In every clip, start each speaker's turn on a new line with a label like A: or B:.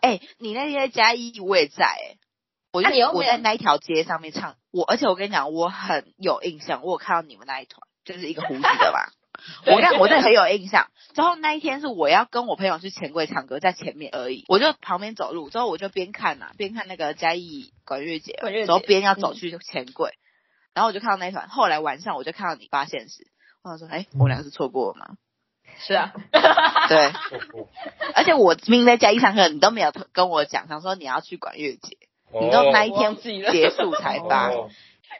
A: 哎、你那天在嘉义，我也在、哎，我就、
B: 啊你又没有
A: 我在那一条街上面唱，我而且我跟你讲，我很有印象，我有看到你们那一团，就是一个胡子的 嘛。我跟你讲，我真的很有印象。之后那一天是我要跟我朋友去钱柜唱歌，在前面而已，我就旁边走路，之后我就边看啊，边看那个嘉义管乐节，
B: 管乐节嗯
A: 然后边要走去钱柜，然后我就看到那一团。后来晚上我就看到你发现时，我想说，哎、我俩是错过了吗？
B: 是 啊，
A: 对，
C: 哦
A: 而且我明明在嘉义上课，你都没有跟我讲，想说你要去管乐节，你都那一
B: 我
A: 天
B: 忘记了
A: 结束才发。
C: 哦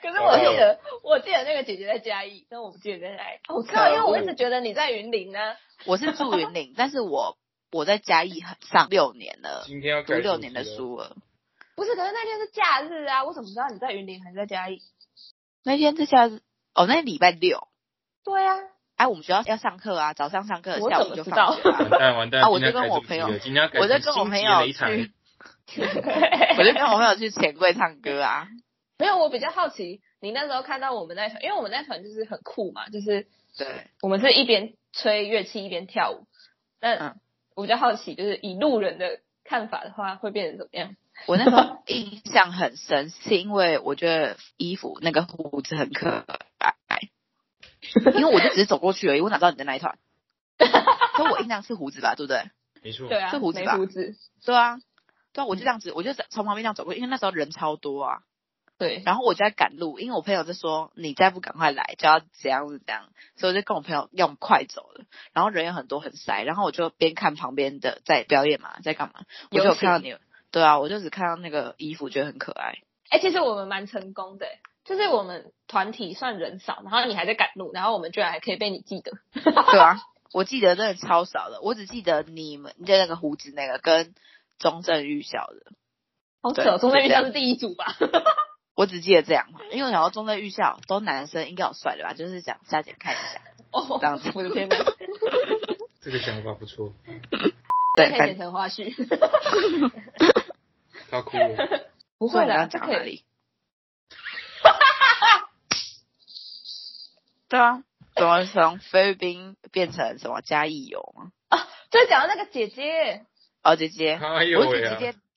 B: 可是我记得，我记得那个姐姐在嘉义，但我不记得在哪里。我靠，因为我一直觉得你在云林啊呢、
A: 我是住云林，但是我我在嘉义上六年了，
C: 哦今天要
A: 读
C: 改
A: 六
C: 主
A: 年
C: 题
A: 的
C: 了，
A: 书了。
B: 不是，可是那天是假日啊，我怎么知道你在云林还是在嘉义？
A: 那天这下子哦，那天礼拜六，
B: 对 啊，
A: 哎、我们学校要上课啊，早上上课，
B: 我
A: 下
B: 怎
A: 午
B: 么
A: 就
B: 知
A: 放
B: 道
A: 学了
C: 完蛋完蛋，
A: 啊我
C: 今天
A: 就
C: 要
A: 跟
C: 改
A: 我
C: 主
A: 朋
C: 题
A: 友
C: 了今天要改
A: 我就跟
C: 成
A: 我
C: 心
A: 朋
C: 急
A: 友
C: 的一场欸
A: 去 我就跟我朋友去钱柜唱歌啊。
B: 没有，我比较好奇，你那时候看到我们那团，因为我们那团就是很酷嘛，就是
A: 对，
B: 我们是一边吹乐器一边跳舞。那、
A: 嗯
B: 我比较好奇，就是以路人的看法的话，会变成怎么样？
A: 我那时候印象很深，是因为我觉得衣服那个胡子很可爱，因为我就只是走过去而已，我哪知道你在哪一 团？所以我印象是胡子吧，对不对？
C: 没错，
B: 对啊，
A: 嗯是胡子
B: 没
A: 吧
B: 胡子，
A: 对啊，对啊，我就这样子，我就从旁边这样走过去，因为那时候人超多啊。
B: 对，
A: 然后我就在赶路，因为我朋友就说你再不赶快来就要怎样子怎样，所以我就跟我朋友要我们快走了。然后人也很多很塞，然后我就边看旁边的在表演嘛，在干嘛，我就有
B: 游
A: 看到你，对啊，我就只看到那个衣服觉得很可爱。
B: 哎、其实我们蛮成功的、欸就是我们团体算人少，然后你还在赶路，然后我们居然还可以被你记得。
A: 对啊，我记得真的超少的，我只记得你们你的那个胡子那个跟钟正玉小的，
B: 好
A: 对
B: 扯，中间
A: 就
B: 遇
A: 这样
B: 到是第一组吧？
A: 我只记得这样嘛，因为我想到中正玉校都男生应该有帅的吧，就是想加减看一下
B: 哦
A: 这，样子。
B: 我的天哪，
C: 这个想法不错，
A: 对，
B: 可以
A: 反正
B: 剪成花絮。
C: 他哭了。
A: 不
B: 会啦
A: 啦，
B: 这
A: 讲
B: 可以
A: 哪 里？对啊，怎么从菲律宾变成什么嘉义游吗？
B: 就讲到那个姐姐，
A: 哦，姐姐，
C: 哎呦
A: 我一直
C: 喂
A: 直接
C: 啊！